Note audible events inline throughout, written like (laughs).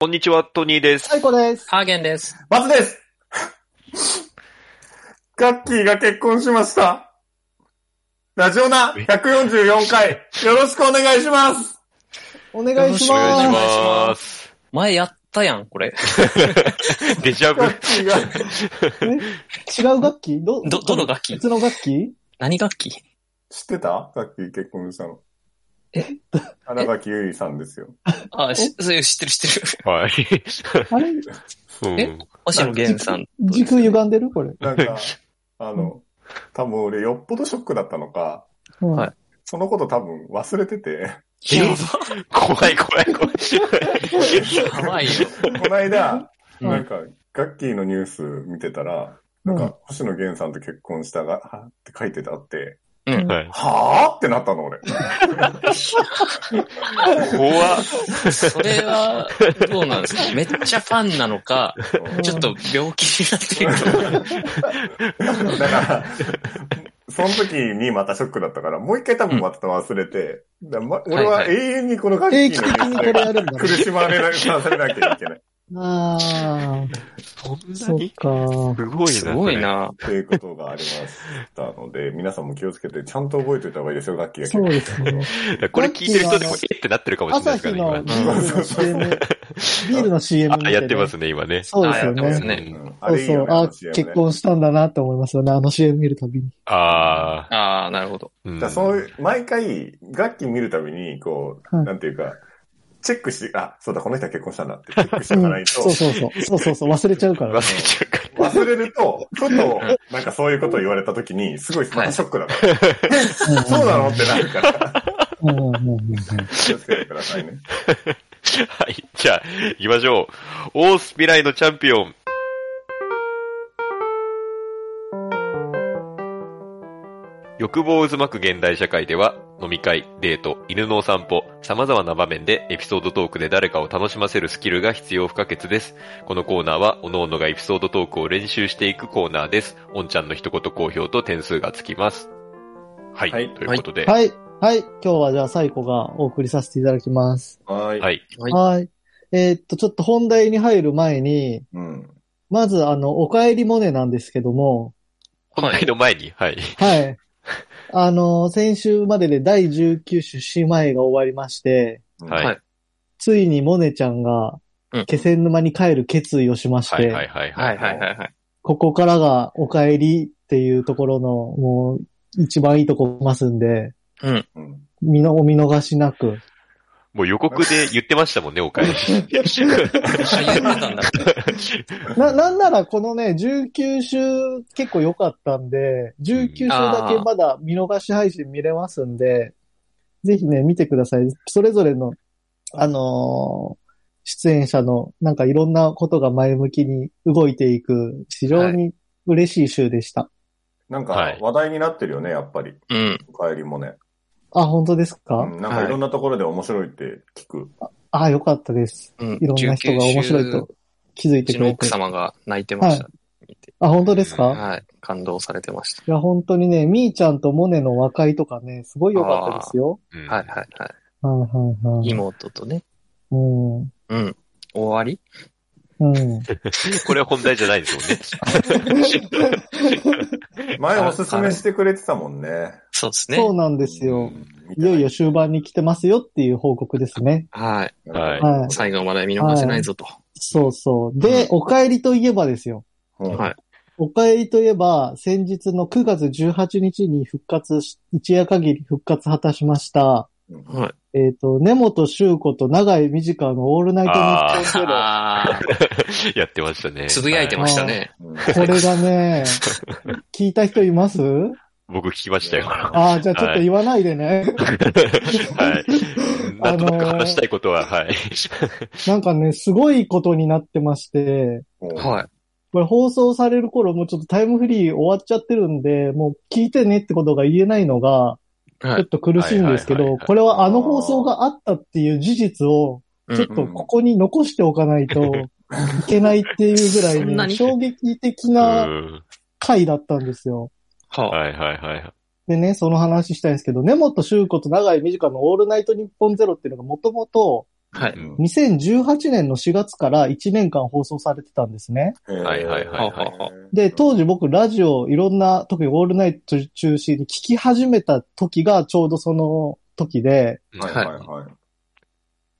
こんにちは、トニーです。最高です。ハーゲンです。バツです。ガッキーが結婚しました。ラジオナ144回、よろしくお願いします。お願いしおま願いす。します。前やったやん、これ。デジャブガ。ッキーが、違う楽器ど、ど、どの楽器別の楽器 (laughs) 何楽器知ってたガッキー結婚したの。え荒垣結衣さんですよ。あ、し、そういう知ってる知ってる。はい。あれうんえ星野源 (laughs) さん。時空歪んでるこれ。なんか、あの、多分俺よっぽどショックだったのか、うんはいそのこと多分忘れてて、え怖い怖い怖い。やばいよ。この間、うんなんか、ガッキーのニュース見てたら、なんうんか、星野源さんと結婚したが、はって書いてたって、はいはぁってなったの俺。怖っそれは、どうなんです (laughs) かめっちゃファンなのか、 (laughs) ちょっと病気になって (laughs) るのか。だから、その時にまたショックだったから、もう一回多分また忘れて、だからま俺ははいは永遠にこのガッキ定期ー的のにニュこれーやるんだスで苦しまれなされなきゃいけない。な。あそあ、んなそっにか。すごいな。すごいな。ということがありましたので、皆さんも気をつけて、ちゃんと覚えておいた方がいいですよ、ガッキそうーが結婚でしたすことね。それ。これ聞いてる人でも、えってなってるかもしれない朝ですか日らね、の今ビ。ールの CM、ビール (laughs) の CM 見てあ、ねやってますね、今ね。そうですよあやってまねす。ねうんあそうれいいそよう。ね、ああの CM ね結婚したんだなって思いますよね。あの CM 見るたびに。ああ。ああ、なるほど。うんだからそういう、毎回、楽器見るたびに、こう、はいなんていうか、チェックし、あ、そうだ、この人は結婚したんだって、チェックしておかなういんと、 (laughs) そうそうそう。そうそうそう。忘れちゃうか忘れ (laughs) ら。ちゃうから。忘れると、ふと、なんかそういうことを言われた時に、すごい、またショックだから、そうなのってなるから、うんうんうんうん気をつけてくださいね。はい。じゃあ、行きましょう。オースピライのチャンピオン。欲望を渦巻く現代社会では、飲み会、デート、犬のお散歩、様々な場面でエピソードトークで誰かを楽しませるスキルが必要不可欠です。このコーナーは、各々がエピソードトークを練習していくコーナーです。おんちゃんの一言好評と点数がつきます。はい。はいということで、はい。はい。今日はじゃあ、サイコがお送りさせていただきます。はい。。はいい。はいはい。えーっと、ちょっと本題に入る前に、うん。まず、あの、お帰りモネなんですけども、本 (laughs) 題の前に、はい。はい。あの、先週までで第19種姉妹が終わりまして、はい。はいついにモネちゃんがうん、気仙沼に帰る決意をしましはい、て、はい、はい。はいはいはいはい。ここからがお帰りっていうところの、もう、一番いいとこ来ますんで、うん。うん見の、お見逃しなく。もう予告で言ってましたもんね、おかえり。あ、言ってたんだ。な、なんならこのね、19週結構良かったんで、19週だけまだ見逃し配信見れますんで、ぜひね、見てください。それぞれの、あのー出演者のなんかいろんなことが前向きに動いていく、非常に嬉しい週でした。なんはかい、話題になってるよね、やっぱり。うん。お帰りもね。あ、本当ですか、うんなんかいろんなところで面白いって聞く。あ、良かったです。うん。いろんな人が面白い19と気づいうてちくのれて奥。様が泣いてました。あ、本当ですか、はい。感動されてました。いや、本当にね、みーちゃんとモネの和解とかね、すごい良かったですよ。うんはいはいは。はいはいはいい。妹とね。うん。うん。終わりうん。これは本題じゃないですもんね。前おすすめしてくれてたもんね。そうですね。そうなんですよ。いよいよ終盤に来てますよっていう報告ですね。はい。はいはい。最後まで見逃せないぞと。そうそう。で、お帰りといえばですよ。うんはい。お帰りといえば、先日の9月18日に復活し、一夜限り復活果たしました、うんはい。えっ、と、根本修子と長井美香のオールナイトニッポンゼロ。あやってましたね。 (laughs) あ、つぶやいてましたね。うんこれがね、聞いた人いますはい僕聞きましたよ。はああ、じゃあちょっと言わないでね。い。なんとなく話したいことは、はい。なんかね、すごいことになってまして、は。はい。これ放送される頃もうちょっとタイムフリー終わっちゃってるんで、もう聞いてねってことが言えないのが、はちょっい。と苦しいんですけはいはいはいはど、いこれはあの放送があったっていう事実を、うんちょっとここに残しておかないといけないっていうぐ (laughs) らそんないにに衝撃的うんな回だったんですよ。ははいはいはい。でね、その話したいんですけど、根本修子と長井美香のオールナイトニッポンゼロっていうのがもともと、はうい。ん2018年の4月から1年間放送されてたんですね。はいはいはいはいで、当時僕ラジオいろんな、特にオールナイト中心に聞き始めた時がちょうどその時で、はいはいはい。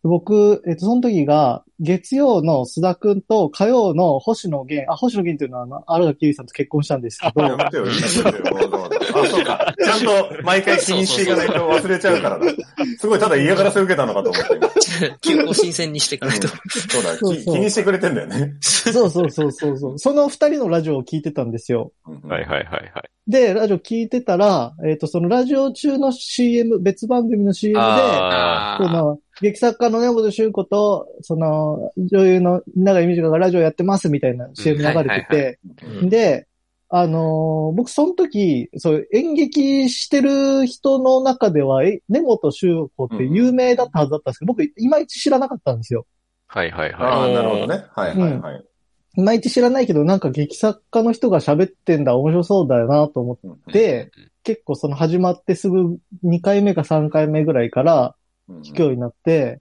僕、えっと、その時が月曜の須田くんと火曜の星野源、あ、星野源というのはあの、荒垣結衣さんと結婚したんですけど、やめてよ、やめてよ、わざわざあ、そうか。 (laughs) ちゃんと毎回気にしていかないと忘れちゃうからだ。すごい、ただ嫌がらせ受けたのかと (laughs) 思って今。結構新鮮にしていかない (laughs) と。そうだそうきそう気にしてくれてんだよね。そうそうそうそうそう。その二人のラジオを聞いてたんですよ。はいはいい。はいはい。で、ラジオ聞いてたら、えっ、と、そのラジオ中の CM、別番組の CM で、あその、劇作家の根本修子と、その、女優の長井美香がラジオやってますみたいな CM 流れてはいはて、で、あのー僕その時、そう、演劇してる人の中では、え根本修子って有名だったはずだったんですけど、僕、いまいち知らなかったんですよ。はいはいはあああ、のーなるほどね。はいはいはい。いまいち知らないけど、なんか劇作家の人が喋ってんだ、面白そうだよなと思ってうんい。で、結構その始まってすぐ2回目か3回目ぐらいからうん聞くようになって、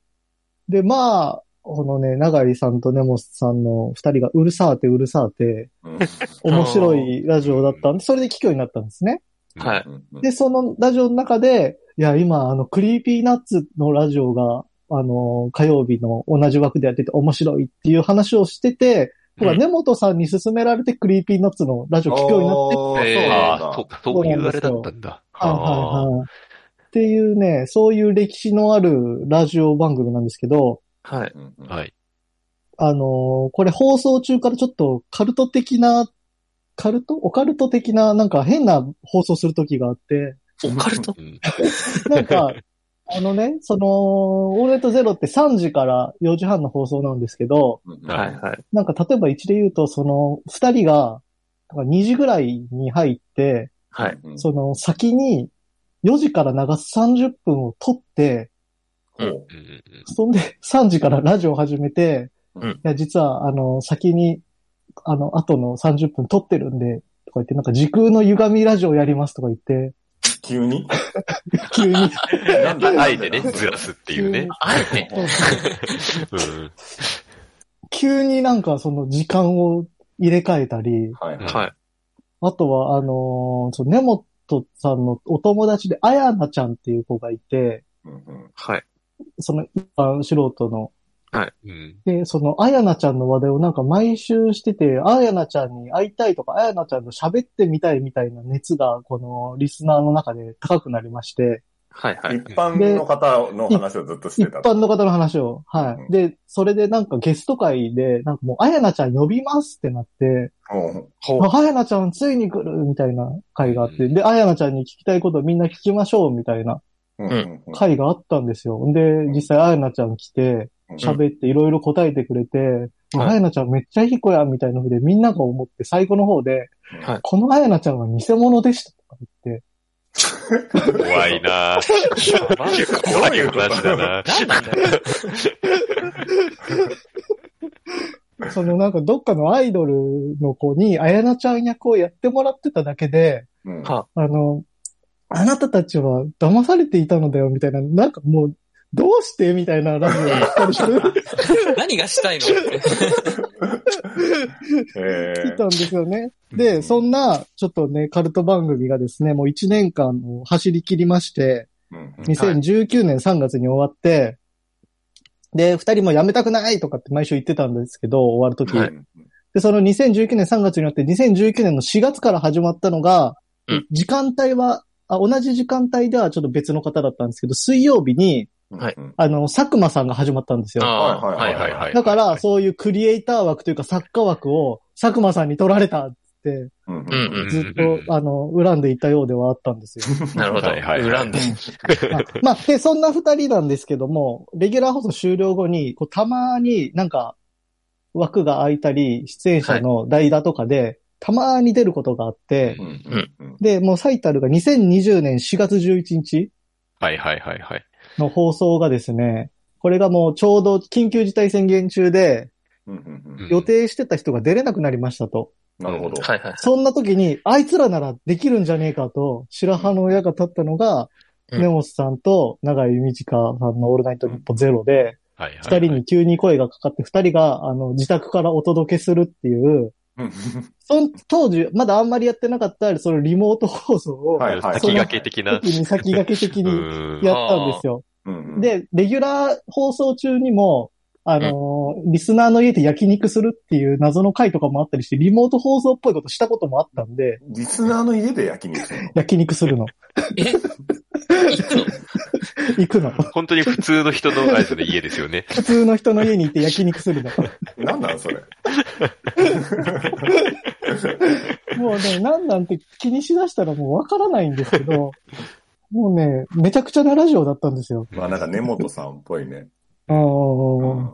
で、まあ、このね、長井さんと根本さんの二人がうるさーてうるさーて、うん面白いラジオだったんで、それで聞くようになったんですね。はい。うんで、そのラジオの中で、いや、今、あの、クリーピーナッツのラジオが、あの、火曜日の同じ枠でやってて面白いっていう話をしてて、僕は根本さんに勧められてクリーピーナッツのラジオ聞くようになって、おーえああ、そそううか、そういうあれだったんだ。はいはいはい。っていうね、そういう歴史のあるラジオ番組なんですけど、はい。なんあだ。ーはい。あのーこれ放送中からちょっとカルト的な、カルトオカルト的ななんか変な放送する時があって、オカルトうんなん (laughs) か、あのね、その、オールナイトゼロって3時から4時半の放送なんですけど、うんははいはい。なんか例えば一例言うと、その、2人が、なんか2時ぐらいに入って、はい。うんその先に4時から流す30分を取って、ほうんうんそんで、3時からラジオを始めて、うんいや、実は、あの、先に、あの、後の30分撮ってるんで、とか言って、なんか時空の歪みラジオやりますとか言って、急に急 (laughs) に、なんであえてね、ずらすっていうね。あえて、うん急になんかその時間を入れ替えたり、はいはい。はい。あとは、あのー、そう根本さんのお友達で、あやなちゃんっていう子がいて、うんうんはい。その一般素人の、うんで、その、あやなちゃんの話題をなんか毎週してて、あやなちゃんに会いたいとか、あやなちゃんの喋ってみたいみたいな熱が、このリスナーの中で高くなりまして、はいはい。一般の方の話をずっとし一てた。般の方の話を、はうんい。で、それでなんかゲスト会で、なんかもう、あやなちゃん呼びますってなって、うんほあやなちゃんついに来るみたいな会があって、で、あやなちゃんに聞きたいことみんな聞きましょうみたいなうんうんうん会があったんですよ。で、実際あやなちゃん来て、喋っていろいろ答えてくれて、はいあやなちゃんめっちゃいい子や、みたいな風でみんなが思って最後の方で、はいこのあやなちゃんは偽物でしたとか言って、怖いな怖い話だな何なんだよ。そのなんかどっかのアイドルの子にあやなちゃん役をやってもらってただけで、うんはあの、あなたたちは騙されていたのだよ、みたいな、なんかもう、どうしてみたいなラジオをやったりしてる何がしたいのってえ聞いたーんですよね。うで、んそんな、ちょっとね、カルト番組がですね、もう1年間を走り切りまして、うんうん2019年3月に終わって、で、二人も辞めたくないとかって毎週言ってたんですけど、終わるとき。はいで、その2019年3月によって、2019年の4月から始まったのが、うん時間帯は、あ、同じ時間帯ではちょっと別の方だったんですけど、水曜日に、はいうんあの、佐久間さんが始まったんですよ。 (laughs) あーはいはいはい (laughs) だから、そういうクリエイター枠というか作家枠を佐久間さんに取られたって、うんうんうんうんずっと、あの、恨んでいたようではあったんですよ。なるほど。はいはいはい恨んで。まあ (laughs) まあ、で、そんな二人なんですけども、レギュラー放送終了後に、こうたまになんか枠が空いたり、出演者の代打とかで、たまに出ることがあって、うんうんうんで、もう最たるが2020年4月11日はいはいはいはい。の放送がですね、これがもうちょうど緊急事態宣言中で、うんうんうん予定してた人が出れなくなりましたと。なるほど。はいはい。そんな時に、あいつらならできるんじゃねえかと、白羽の矢が立ったのが、うん根本さんと永井美智香さんのオールナイトニッポンゼロで、はい二人に急に声がかかって、二人が、あの、自宅からお届けするっていう、その当時、まだあんまりやってなかった、そのリモート放送を、はいはい先駆け的な。時に先駆け的うにーんいやったんですよ。うん、で、レギュラー放送中にも、あのーリスナーの家で焼肉するっていう謎の回とかもあったりして、リモート放送っぽいことしたこともあったんで、リスナーの家で焼き肉するの焼肉するの。え行くの行くの。本当に普通の人のライスの家ですよね。普通の人の家に行って焼肉するの。なんなんそれ。もうね、なんなんて気にしだしたらもうわからないんですけ (laughs) ど、もうね、めちゃくちゃなラジオだったんですよ。まあなんか根本さんっぽいね。あー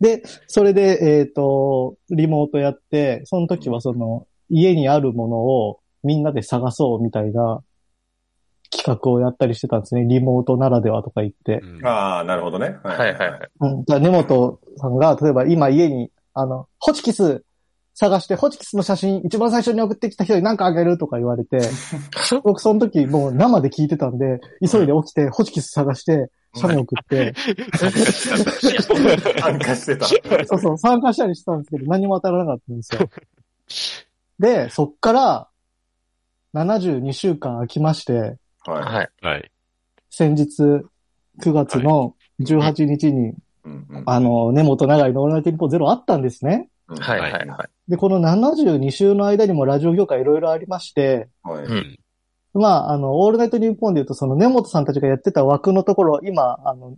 で、それで、えっ、と、リモートやって、その時はその、家にあるものをみんなで探そうみたいな企画をやったりしてたんですね。リモートならではとか言ってう。んああ、なるほどね。ははいはいはい。うん、だから根本さんが、例えば今家に、あの、ホチキス探して、ホチキスの写真一番最初に送ってきた人に何かあげるとか言われて、僕その時もう生で聞いてたんで、急いで起きて、ホチキス探して、写メ送って、参加してた。そうそう、参加したりしてたんですけど、何も当たらなかったんですよ。で、そっから、72週間空きまして、はい。はい。はい。先日、9月の18日に、うんうんあの、根本長井のオールナイトニッポンゼロあったんですね。うんはいはいはい。で、この72週の間にもラジオ業界いろいろありまして、はいうんまあ、あの、オールナイトニッポンで言うと、その根本さんたちがやってた枠のところ、今、あの、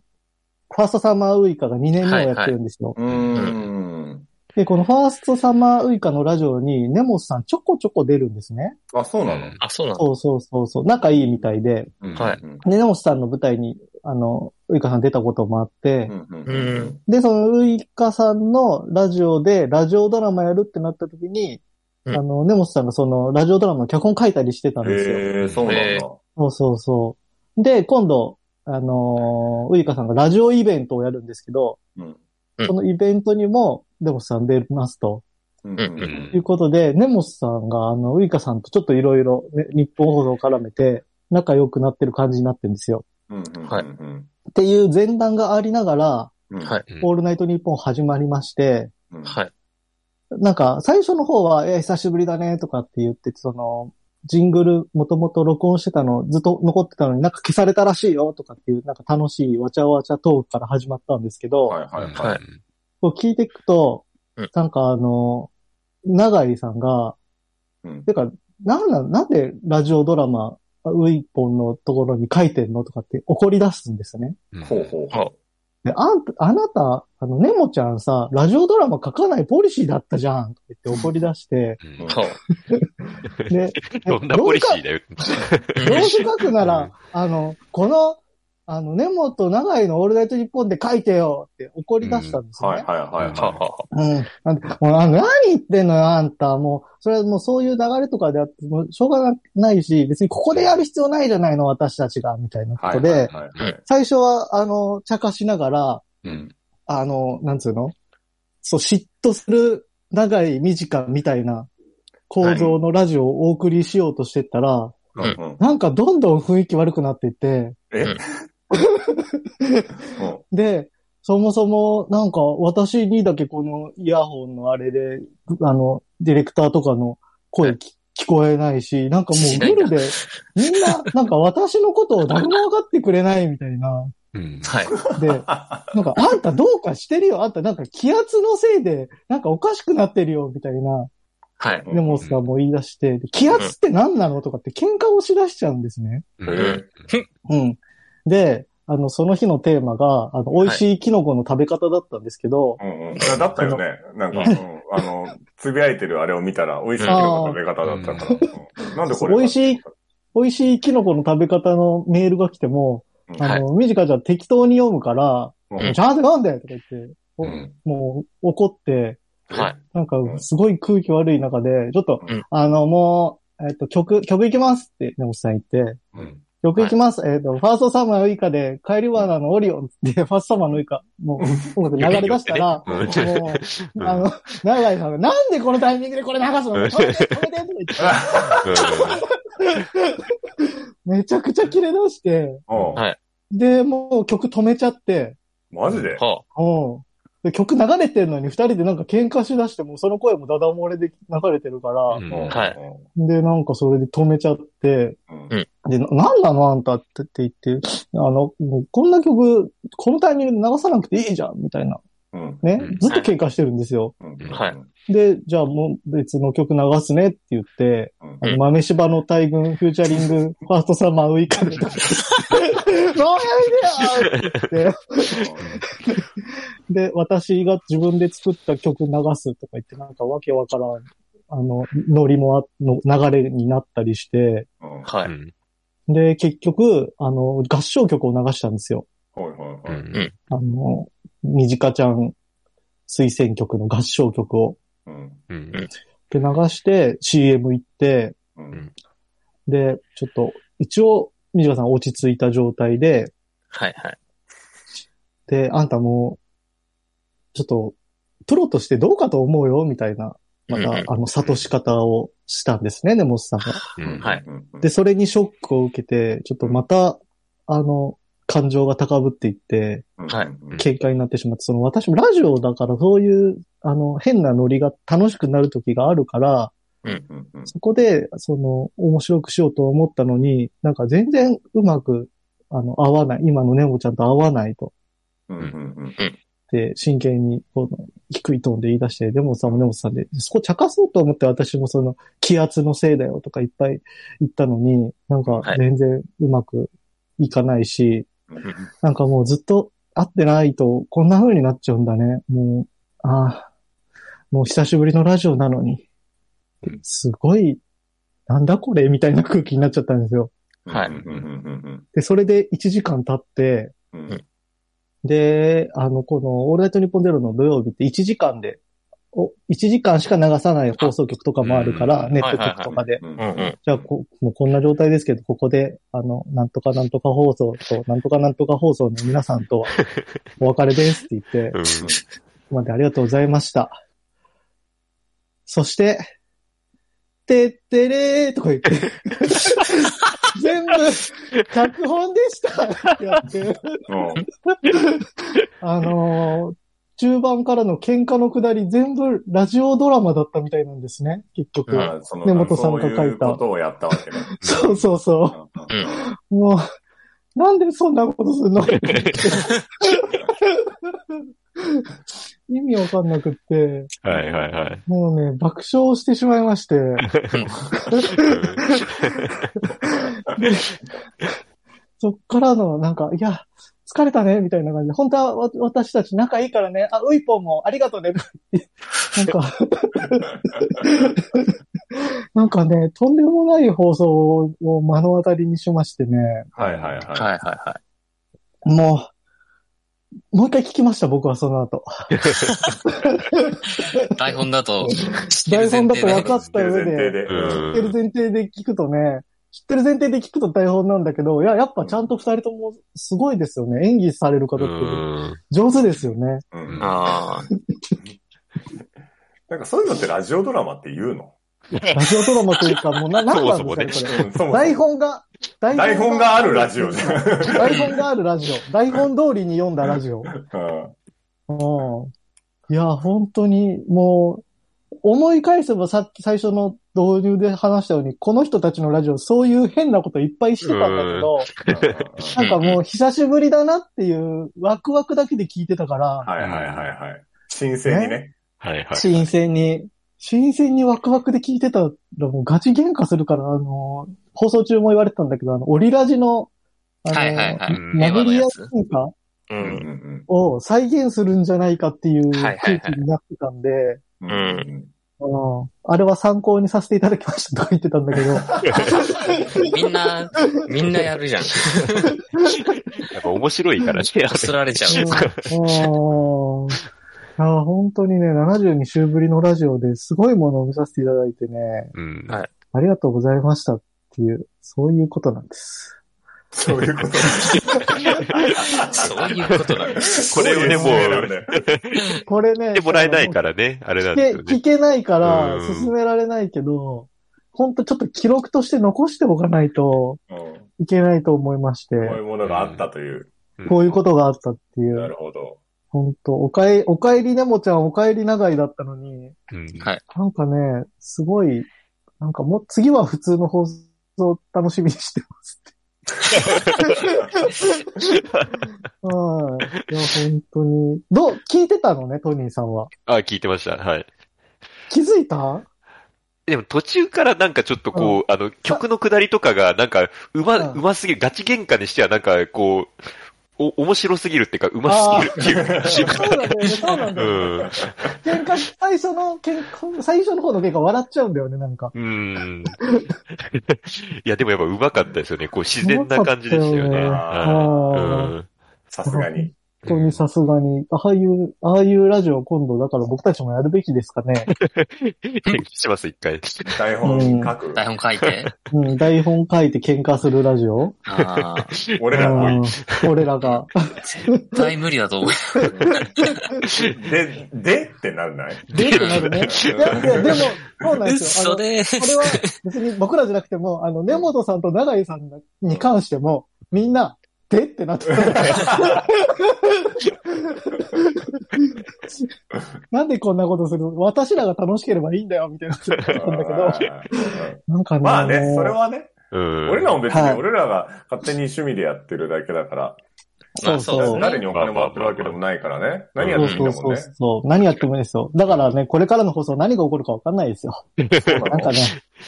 ファーストサマーウイカが2年目をやってるんですよ。うーん。で、このファーストサマーウイカのラジオに、根本さんちょこちょこ出るんですね。あ、そうなのうんあ、そうなんだ。そうそうそうそう。仲いいみたいで。うんはいうんで、根本さんの舞台に、あの、ウイカさん出たこともあってう、んうんうんで、そのウイカさんのラジオで、ラジオドラマやるってなった時に、うんあの、根本さんがその、ラジオドラマの脚本書いたりしてたんですよ。へえ、そうなんだ。へそうそうそう。で、今度、あのーウイカさんがラジオイベントをやるんですけど、うんうんそのイベントにも、根本さん出ますと。うんううんということで、根本さんが、あの、ウイカさんとちょっといろいろ、ね日本放送を絡めて、仲良くなってる感じになってるんですよ。うんうんはいうんっていう前段がありながら、うんはいうんオールナイトニッポン始まりまして、うんはい。なんか、最初の方は、え、久しぶりだね、とかって言って、その、ジングル、もともと録音してたの、ずっと残ってたのになんか消されたらしいよ、とかっていう、なんか楽しいわちゃわちゃトークから始まったんですけど、はいはいはい。はいこう聞いていくとうん、なんかあの、長井さんが、うんてか、なんなん、なんでラジオドラマ、ウイポンのところに書いてんのとかって怒り出すんですね。うんほうほう。あであんあなた、あの、ネモちゃんさ、ラジオドラマ書かないポリシーだったじゃんとか言って怒り出して、うんそう。で、 (laughs) どんなポリシーだよ。どうせ書くなら、あの、この、あの、根本長井のオールナイト日本で書いてよって怒り出したんですよね。はいはいはいはあははあはうん。なんでもうあ何言ってんのよ、あんた。もう、それはもうそういう流れとかであって、もうしょうがないし、別にここでやる必要ないじゃないの、私たちが、みたいなこい。とで、はいはいはいはい最初は、あの、茶化しながら、うんあの、なんつうのそう、嫉妬する長い短みたいな構造のラジオをお送りしようとしてったら、うんうんなんかどんどん雰囲気悪くなっていって、えうんうんで、そもそも、なんか、私にだけこのイヤホンのあれで、あの、ディレクターとかの声き聞こえないし、なんかもしうないルんだールで、みんな、なんか私のことを誰も分かってくれないみたいな。うんはい。で、なんか、あんたどうかしてるよ。あんたなんか気圧のせいで、なんかおかしくなってるよ、みたいな。はい。うんでもさ、もう言い出して、で気圧って何なのとかって喧嘩をしだしちゃうんですね。うんうん。で、あの、その日のテーマが、あの、美味しいキノコの食べ方だったんですけど、うんうん。だだったよね。なんか、うんあの、つぶやいてるあれを見たら、美味しいけど食べ方だったから。うんなんでこれ美味しい美味しいキノコの食べ方のメールが来ても、うんあの、ミジカちゃん適当に読むから、うんちゃんと読んでとか言って、おうんもう怒って、はい。なんかすごい空気悪い中で、ちょっと、うんあの、もう、えっと、曲、曲行きますって、ね、おっさん言って、うん曲行きます、えっと、ファーストサマーウイカで、カエルワーナーのオリオンって、ファーストサマーのウイカ、もう、音楽流れ出した (laughs) ら、うんもうう、んあの、長井さんが、なんでこのタイミングでこれ流すのうん止めて、止めてとか言って、めちゃくちゃ切れ出して、うんはいで、もう曲止めちゃって、マジではうん。で曲流れてんのに二人でなんか喧嘩しだしてもうその声もダダ漏れで流れてるから、うんうんはいで、なんかそれで止めちゃって、うんで、ななんなのあんたってって言って、あの、もうこんな曲、このタイミングで流さなくていいじゃん、みたいな。うんねうん。ずっと喧嘩してるんですよ。うんはいで、じゃあもう別の曲流すねって言って、うんあの豆柴の大群、フューチャリン (laughs) グ、ファーストサマーウイカで、ノーやりだよって言って、で、私が自分で作った曲流すとか言って、なんかわけわからん、あの、ノリもあ、の流れになったりして、うんい。はうい。んで、結局、あの、合唱曲を流したんですよ。はいはいうんはい。あの、みじかちゃん推薦曲の合唱曲を。うんうんで、流して CM 行って、うんで、ちょっと、一応、みじかさん落ち着いた状態で、はい。はい。で、あんたもう、ちょっと、プロとしてどうかと思うよ、みたいな、まうんうんた、あの、諭し方をしたんですね、根本さんが。うんはい。うんで、、それにショックを受けて、ちょっとまた、あの、感情が高ぶっていって、うんはいうん喧嘩になってしまって、その私もラジオだからそういう、あの、変なノリが楽しくなる時があるから、うんうんそこで、その、面白くしようと思ったのに、なんか全然うまく、あの、合わない。今のネモちゃんと合わないと。うんうんで、真剣に、この、低いトーンで言い出して、でもさんも根本さんで、そこ茶化そうと思って私もその、気圧のせいだよとかいっぱい言ったのに、なんかはい全然うまくいかないし、うんなんかもうずっと会ってないと、こんな風になっちゃうんだね。もう、ああ、もう久しぶりのラジオなのにうん。すごい、なんだこれみたいな空気になっちゃったんですよ。はいうんうんうんで、それで1時間経って、うんうんうで、あの、この、オールナイトニッポンゼロの土曜日って1時間で、お、1時間しか流さない放送局とかもあるから、うんネット局とかで。うんうんうん。じゃあこ、もうこんな状態ですけど、ここで、あの、なんとかなんとか放送と、なんとかなんとか放送の皆さん (laughs) とは、お別れですって言って、こうんこまでありがとうございました。そして、てってれーとか言って、 (laughs) 全部、脚本でしたってやって、うんあのー中盤からの喧嘩のくだり全部ラジオドラマだったみたいなんですね、結局。うんその根本さんが書いたそういうことをやったわけね。そうそうそう。もう、なんでそんなことする (laughs) の (laughs) 意味わかんなくって、はいはい (laughs) はい。もうね、爆笑してしまいまして、そっからの、なんか、いや、疲れたね、みたいな感じで、本当はわ私たち仲いいからね、あ、ウイポンもありがとうね、なんか、 (laughs) なんかね、とんでもない放送を目の当たりにしましてね、はいはいははい。はい。はもう、もう一回聞きました、僕はその後。い。台本だと、知 (laughs) って台る前本だと提だ分けかど。った上前提で、で。知ってる前提で聞くとね、知ってる前提で聞くと台本なんだけど、いや、やっぱちゃんと二人ともすごいですよね。演技される方ってうん上手ですよね。うんうんあなんかそういうのってラジオドラマって言うのラジオドラマというか、もうな、なんなんそもそもねですかね、こそれ。も台本が、台台本があるラジオじゃん。台本があるラジ (laughs) オ。台本通りに読んだラジオ。うんうん。いや、本当に、もう、思い返せばさっき最初の導入で話したように、この人たちのラジオ、そういう変なこといっぱいしてたんだけど、なんかもう久しぶりだなっていうワクワクだけで聞いてたから、はいはいはいはい。新鮮にね。はいはい。新鮮に、新鮮にワクワクで聞いてたらもうガチ喧嘩するから、あの、放送中も言われてたんだけど、あの、オリラジの、ああ。の、はいはいはい。令和殴のり合やいつ。喧嘩ううんん。を再現するんじゃないかっていうはいはいは空い気になってたんで、ううんんあれは参考にさせていただきましたとか言ってたんだけど、 (laughs) みんな、みんなやるじゃん。やっぱ面白いからね。こすられちゃう。うんうんいや本当にね、72週ぶりのラジオですごいものを見させていただいてね、うん。はいありがとうございましたっていう、そういうことなんで (laughs) す。そういうこと。そういうことなんです。これをね、もう、これね。。してもらえないかららね、あれなんです聞よけ、ね聞。けないかうら、ん進められないけど、ほんとちょっと記録として残しておかないとこいけないと思いまして。ういうものがあったという。うんこういうことがあったっていなうる。ほど。本当おかえ、おかえりねもちゃん、おかえり長いだったのに、うんなんかね、すごい、なんかもう次は普通の放送を楽しみにしてます (laughs) って。はい。いや、本当に。どう、聞いてたのね、トニーさんは。あ、聞いてました。はい。気づいたでも途中からなんかちょっとこう、あの、曲の下りとかがなんか、うま、うんうますぎる、ガチ喧嘩にしてはなんかこう、お、面白すぎるっていうか、うますぎるっていうか。そうなんだよね、そうなんだうよね。ん。喧嘩、最初の喧嘩、最初の方の喧嘩笑っちゃうんだよね、なんか。うん。いや、でもやっぱうまかったですよね。こう、自然な感じでしたよね。うまかったよねはさすがに。い本当うんにさすがに、ああいう、ああいうラジオ今度、だから僕たちもやるべきですか (laughs) ね。転 (laughs) 記します、一回。台本書く。台本書いて。うん、台本書いて喧嘩するラジオああ、俺らもうん俺らが。絶対無理だと思う。で、でってなんないでってなるね。 (laughs) いや、いや、でも、そう (laughs) なんですよ。あ嘘の、でーこ (laughs) れは別に僕らじゃなくても、あの、根本さんと永井さんに関しても、みんな、でってなって (laughs) た。なんでこんなことするの私らが楽しければいいんだよ、みたいなことだったんだけど、うんなんかね。まあね、それはね、うん。俺らも別はにい俺らが勝手に趣味でやってるだけだから、そうそうまあそう誰にお金もらってるわけでもないからね。何やってもいいんだそもうんそねう。そう。何やってもいいですよ。だからね、これからの放送何が起こるかわかんないですよ。そうなんかね、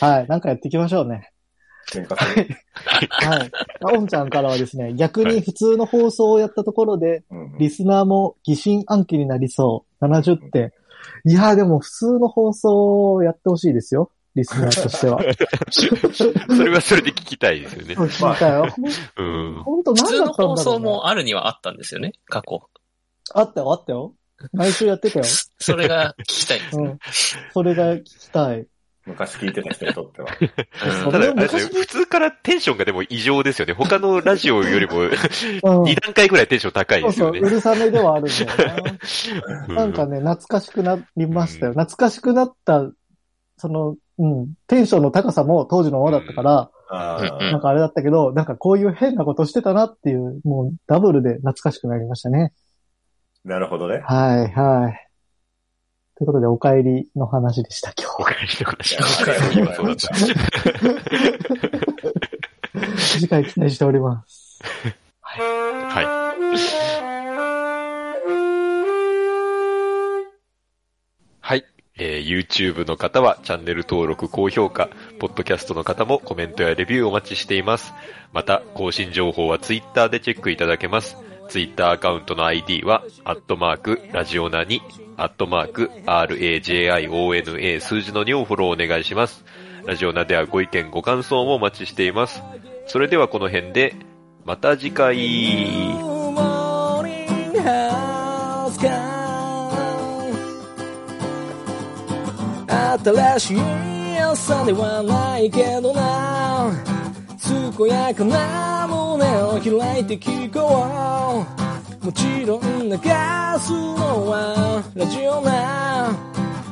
はい、なんかやっていきましょうね。喧嘩する。 (laughs) はい。あおんちゃんからはですね、逆に普通の放送をやったところで、うんリスナーも疑心暗鬼になりそう。70点。いやーでも普通の放送をやってほしいですよ。リスナーとしては。 (laughs) それはそれで聞きたいですよね。聞いたよ。うん。本当普何通だのったん放だろ送う、ね。もあるにはあったんですよね、過去。あったよ、あったよ。毎週やってたよ。それが聞きたい。うん。それが聞きたい。昔聞いてた人にとっては。うんただ、あれですよ普通からテンションがでも異常ですよね。他のラジオよりもうん。 2段階ぐらいテンション高いそでうすそう、ようね。るさめではあるんだよな。うなんかね、懐かしくなりましたよ。うん懐かしくなった、その、うん、テンションの高さも当時のままだったから、あうんーなんかあれだったけど、なんかこういう変なことしてたなっていう、もうダブルで懐かしくなりましたね。なるほどね。はい、はい。ということで、お帰りの話でした、今お日。(laughs) かえりの話いやありがとうございました次回期待しております。ははい。えー YouTube の方はチャンネル登録、高評価、ポッドキャストの方もコメントやレビューお待ちしています。また、更新情報は Twitter でチェックいただけます。Twitter アカウントの ID は、アットマーク、ラジオナに、アットマーク、RAJIONA 数字の2をフォローお願いします。ラジオナではご意見、ご感想もお待ちしています。それではこの辺で、また次回。 Morning House 新しい朝ではないけどな健やかな胸を開いて聞こうもちろん流すのはラジオな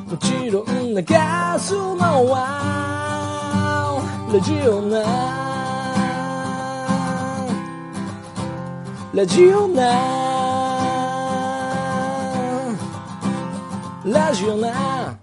もちろん流すのはラジオなラジオなラジオな